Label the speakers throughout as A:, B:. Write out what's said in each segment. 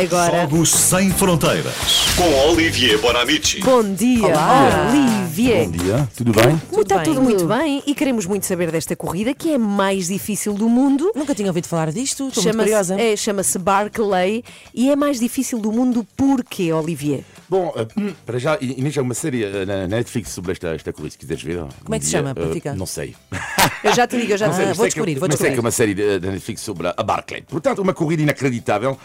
A: Agora,
B: Jogos Sem Fronteiras.
C: com Olivier Bonamici.
A: bom dia,
D: Olá.
A: Olivia.
D: Bom dia, tudo bem?
A: Muito- Está
E: bem?
A: tudo muito bem e queremos muito saber desta corrida que é a mais difícil do mundo.
E: Nunca tinha ouvido falar disto, estou muito
A: Chama-se
E: curiosa.
A: é, chama-se Barclay e é a mais difícil do mundo porquê, Olivier?
D: Bom, eh, para já, i- Inês, há uma série eh, na na Netflix sobre esta, esta coisa, se quiseres ver. Como
E: é que se chama, para ficar?
D: Não sei.
A: Eu já te digo, eu já
E: Ah,
A: te
D: sei,
A: digo.
D: mas
E: vou
D: sei que-
E: descobrir, vou
D: mas sei que
E: descobrir.
D: é uma série da da Netflix sobre a- a Barclay. Portanto, uma corrida inacreditável.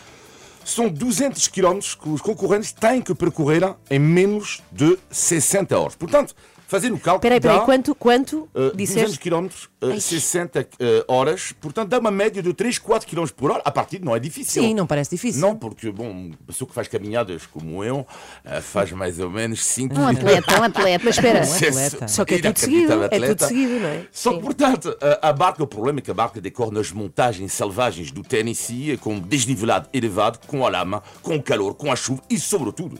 D: São 200 quilómetros que os concorrentes têm que percorrer em menos de 60 horas. Portanto, fazer o cálculo.
A: Peraí, peraí,
D: dá,
A: quanto, quanto
D: eh, 200
A: disseste?
D: quilómetros, eh, 60 eh, horas. Portanto, dá uma média de 3, 4 quilómetros por hora. A partir não é difícil.
E: Sim, não parece difícil.
D: Não, porque, bom, uma pessoa que faz caminhadas como eu eh, faz mais ou menos 5
F: Um atleta, um atleta.
A: Mas espera,
E: Não é? atleta.
A: Só que é tudo seguido, é tudo seguido, não é?
D: Só
A: Sim.
D: que, portanto, a, a barca, o problema é que a barca decorre nas montagens selvagens do Tennessee, é com desnivelado elevado, com a lama, com o calor, com a chuva e, sobretudo,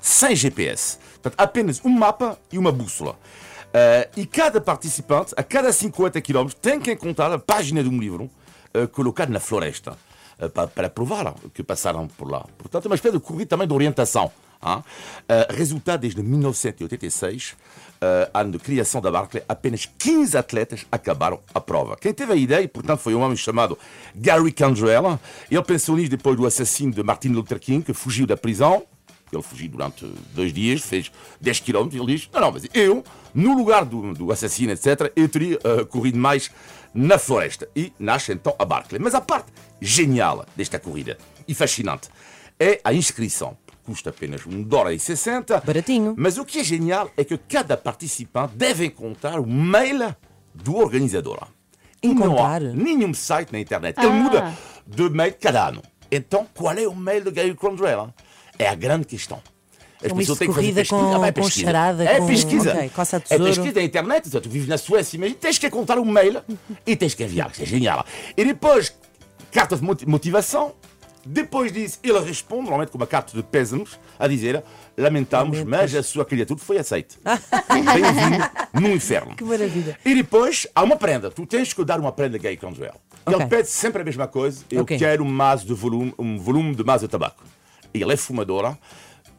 D: sem GPS. Portanto, apenas um mapa e uma bússola. Eh, e cada participante, a cada 50 km, tem que encontrar a página de um livro eh, colocado na floresta eh, pa- para provar que passaram por lá. Portanto, é uma espécie de corrida também de orientação. Hein? Eh, resultado, desde 1986, eh, ano de criação da Barclay, apenas 15 atletas acabaram a prova. Quem teve a ideia, portanto, foi um homem chamado Gary Candrell. Ele pensou nisso depois do assassino de Martin Luther King, que fugiu da prisão. Ele fugiu durante dois dias, fez 10 km. Ele diz: Não, não, mas eu, no lugar do, do assassino, etc., eu teria eh, corrido mais na floresta. E nasce então a Barclay. Mas a parte genial desta corrida e fascinante é a inscrição. Custa apenas 1 dólar e 60.
E: Baratinho.
D: Mas o que é genial é que cada participante deve encontrar o mail do organizador. E não há
E: Encontrar? Ah.
D: nenhum site na internet. Ele muda de mail cada ano. Então, qual é o mail de Gary Condrell? hein? É a grande questão. As
E: Como
D: pessoas
E: isso,
D: têm que fazer
E: corrida
D: pesquisa.
E: com-
D: Ah, vai,
E: com
D: pesquisa.
E: charada,
D: é
E: com-
D: pesquisa.
E: ok, coça a
D: é
E: tesouro.
D: pesquisa da internet. Tu vives na Suécia, imagina, tens que encontrar um mail e tens que enviar. Isso é genial. E depois, carta de moti- motivação. Depois disso, ele responde, normalmente com uma carta de pésames, a dizer: Lamentamos, mas a sua criatura foi aceita. Bem-vindo no inferno.
E: Que maravilha.
D: E depois há uma prenda. Tu tens que dar uma prenda gay com Joel. Ele
E: Ok.
D: pede sempre a mesma coisa. Eu
E: Ok.
D: quero um maço de volume, um volume de maço de tabaco. E Ele é fumadora,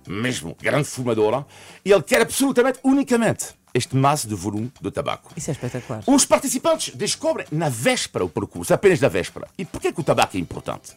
D: mesmo grande fumadora, e ele quer absolutamente, unicamente, este maço de volume de tabaco.
E: Isso é espetacular.
D: Os participantes descobrem na véspera o percurso, apenas na véspera. E porquê que o tabaco é importante?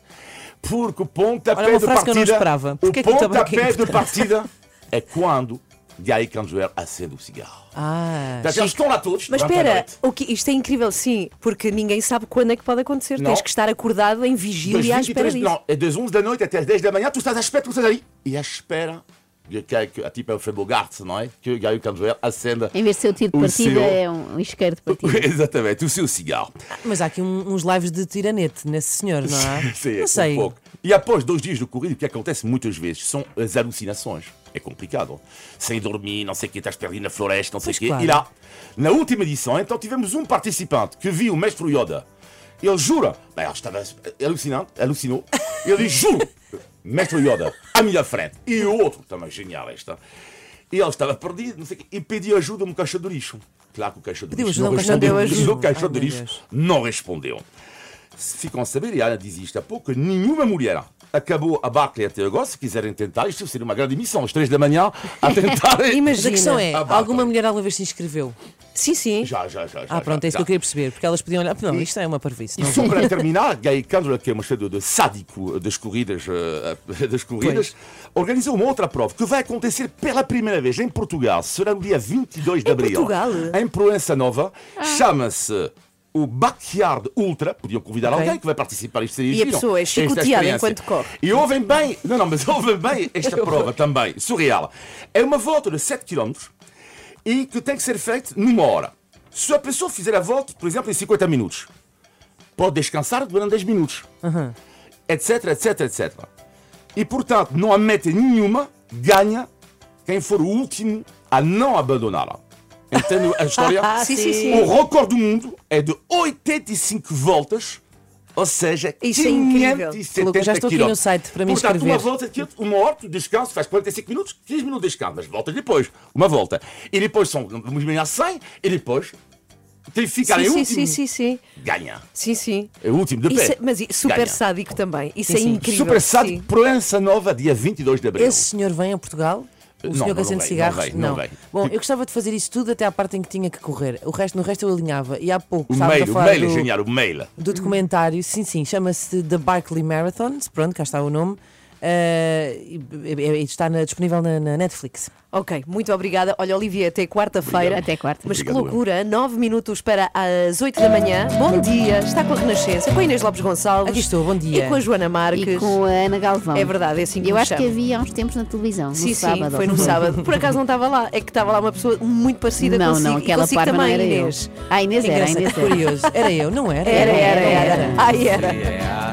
D: Porque o pontapé
E: Olha, uma
D: de
E: frase que eu
D: partida.
E: não esperava. Porquê
D: o
E: que o tabaco é
D: pontapé de
E: importante?
D: partida é quando Gary Canzuel acende o cigarro.
E: Ah,
D: Portanto, eles estão lá todos.
A: Mas
D: durante a
A: espera,
D: noite.
A: o que, isto é incrível, sim, porque ninguém sabe quando é que pode acontecer.
D: Não.
A: Tens que estar acordado em
D: Das
A: vigília à espera
D: 23
A: disso.
D: Não, é das 11 da noite até as 10 da manhã, tu estás à espera, tu estás ali. E à espera de que, que tipo é o Febogart, não é? Que o Gaio Candoel acenda.
F: Em vez de ser o tiro de
D: O
F: partida,
D: seu-
F: é um isqueiro de
A: É
F: partida.
D: Exatamente, o seu cigarro.
E: mas há aqui um- uns lives de tiranete nesse senhor, não há?
D: Sim,
E: não sei.
D: Um pouco. E após dois dias de corrida, o que acontece muitas vezes são as alucinações. É complicado. Sem dormir, não sei o que, estás perdido na floresta, não sei
E: Pois
D: o quê.
E: claro.
D: E lá, na última edição, então tivemos um participante que viu o mestre Yoda. Ele jura, bem, ele estava alucinante, alucinou. Ele diz: Juro, mestre Yoda, à minha frente. E o outro, também genial esta. E ele estava perdido, não sei o quê, e pediu ajuda a um caixa de lixo. Claro que o caixa de
E: Pediu
D: lixo
E: ajuda a um
D: não
E: caixa de
D: respondeu.
E: lixo.
D: Pediu ao caixa
E: Ai,
D: de
E: meu
D: lixo
E: Deus.
D: não respondeu. Se ficam a saber, e a Ana diz isto há pouco, nenhuma mulher acabou a Barclay até agora. Se quiserem tentar, isto seria uma grande missão, às três da manhã, a tentar.
E: Mas a questão é,
D: Ah, vá,
E: alguma
D: tá.
E: mulher alguma vez se inscreveu?
A: Sim, sim.
D: Já, já, já. já,
E: Ah, pronto, é isso
D: já,
E: que eu
D: já.
E: queria perceber, porque elas podiam olhar. Não, isto é uma parvice.
D: E
E: não
D: só
E: vou.
D: para terminar, Gay Cândido, que é uma espécie de sádico das corridas, eh, das corridas organizou uma outra prova que vai acontecer pela primeira vez em Portugal. Será no dia 22 de abril.
A: Portugal?
D: Em Proença Nova.
E: Ah.
D: Chama-se o Backyard Ultra. Podiam convidar
E: Ok.
D: alguém que vai participar. Isto seria
A: E a
D: giro.
A: pessoa é
D: Esta
A: chicoteada
D: experiência.
A: enquanto corre.
D: E ouvem bem, não, não, mas ouvem bem esta prova também, surreal. É uma volta de 7 km e que tem que ser feita numa hora. Se a pessoa fizer a volta, por exemplo, em 50 minutos, pode descansar durante 10 minutos, etc, etc, etc. E portanto, não há meta nenhuma, ganha quem for o último a não abandoná-la. Entende a história?
A: Ah, Sim, sim, sim.
D: O recorde do mundo é de 85 voltas, ou seja,
A: Isso é incrível.
D: 570
E: Logo, já estou aqui
D: quilómetros.
E: no site para me
D: Portanto,
E: inscrever.
D: uma volta de quilómetros, uma hora, tu descanso, faz 45 minutos, 15 minutos de descanso, mas voltas depois, uma volta. E depois são, vamos ganhar 100, e depois Tem que ficar em
A: sim,
D: último.
A: sim, sim, sim.
D: Ganha.
A: Sim, sim.
D: É o último, de pé.
A: Isso é- mas e- super
D: Ganha.
A: sádico também. Isso
E: Sim,
A: é
E: sim.
A: incrível.
D: Super Sádico,
A: Sim.
D: Proença Nova, dia 22 de abril.
E: Esse senhor vem a Portugal? O
D: Não,
E: senhor
D: não,
E: que
D: não
E: acende
D: vem,
E: cigarros?
D: não vem, não vem.
E: Bom, eu gostava de fazer isso tudo até à parte em que tinha que correr. O resto, no resto eu alinhava. E há pouco
D: O
E: estávamos
D: mail,
E: a
D: o
E: falar
D: mail é
E: do,
D: genial, o mail.
E: do documentário. Sim, sim, chama-se The Barkley Marathon. Pronto, cá está o nome. Eh, e- e- e está na- disponível na, na Netflix.
A: Ok, muito obrigada. Olha, Olivia, até quarta-feira.
F: Obrigado. Até quarta.
A: Mas que
D: Obrigado, eu.
A: loucura, nove minutos para as oito da manhã. Bom dia, está com a Renascença, com a Inês Lopes Gonçalves.
E: Aqui estou, bom dia.
A: E com a Joana Marques.
F: E com a Ana Galvão.
A: É verdade, é assim que
F: Eu
A: me
F: acho que
A: chamo.
F: havia há uns tempos na televisão, no
A: Sim,
F: sábado.
A: sim, foi no sábado. Por acaso não estava lá, é que estava lá uma pessoa muito parecida
F: Não,
A: consigo.
F: não,
A: e
F: aquela
A: consigo
F: parva não
A: também,
F: era
A: Inês. É
F: eu. A Inês era, a
E: Engraçado,
F: Inês era.
E: curioso. Era eu, não era?
A: Era, era, era. Ai, era.
D: Yeah.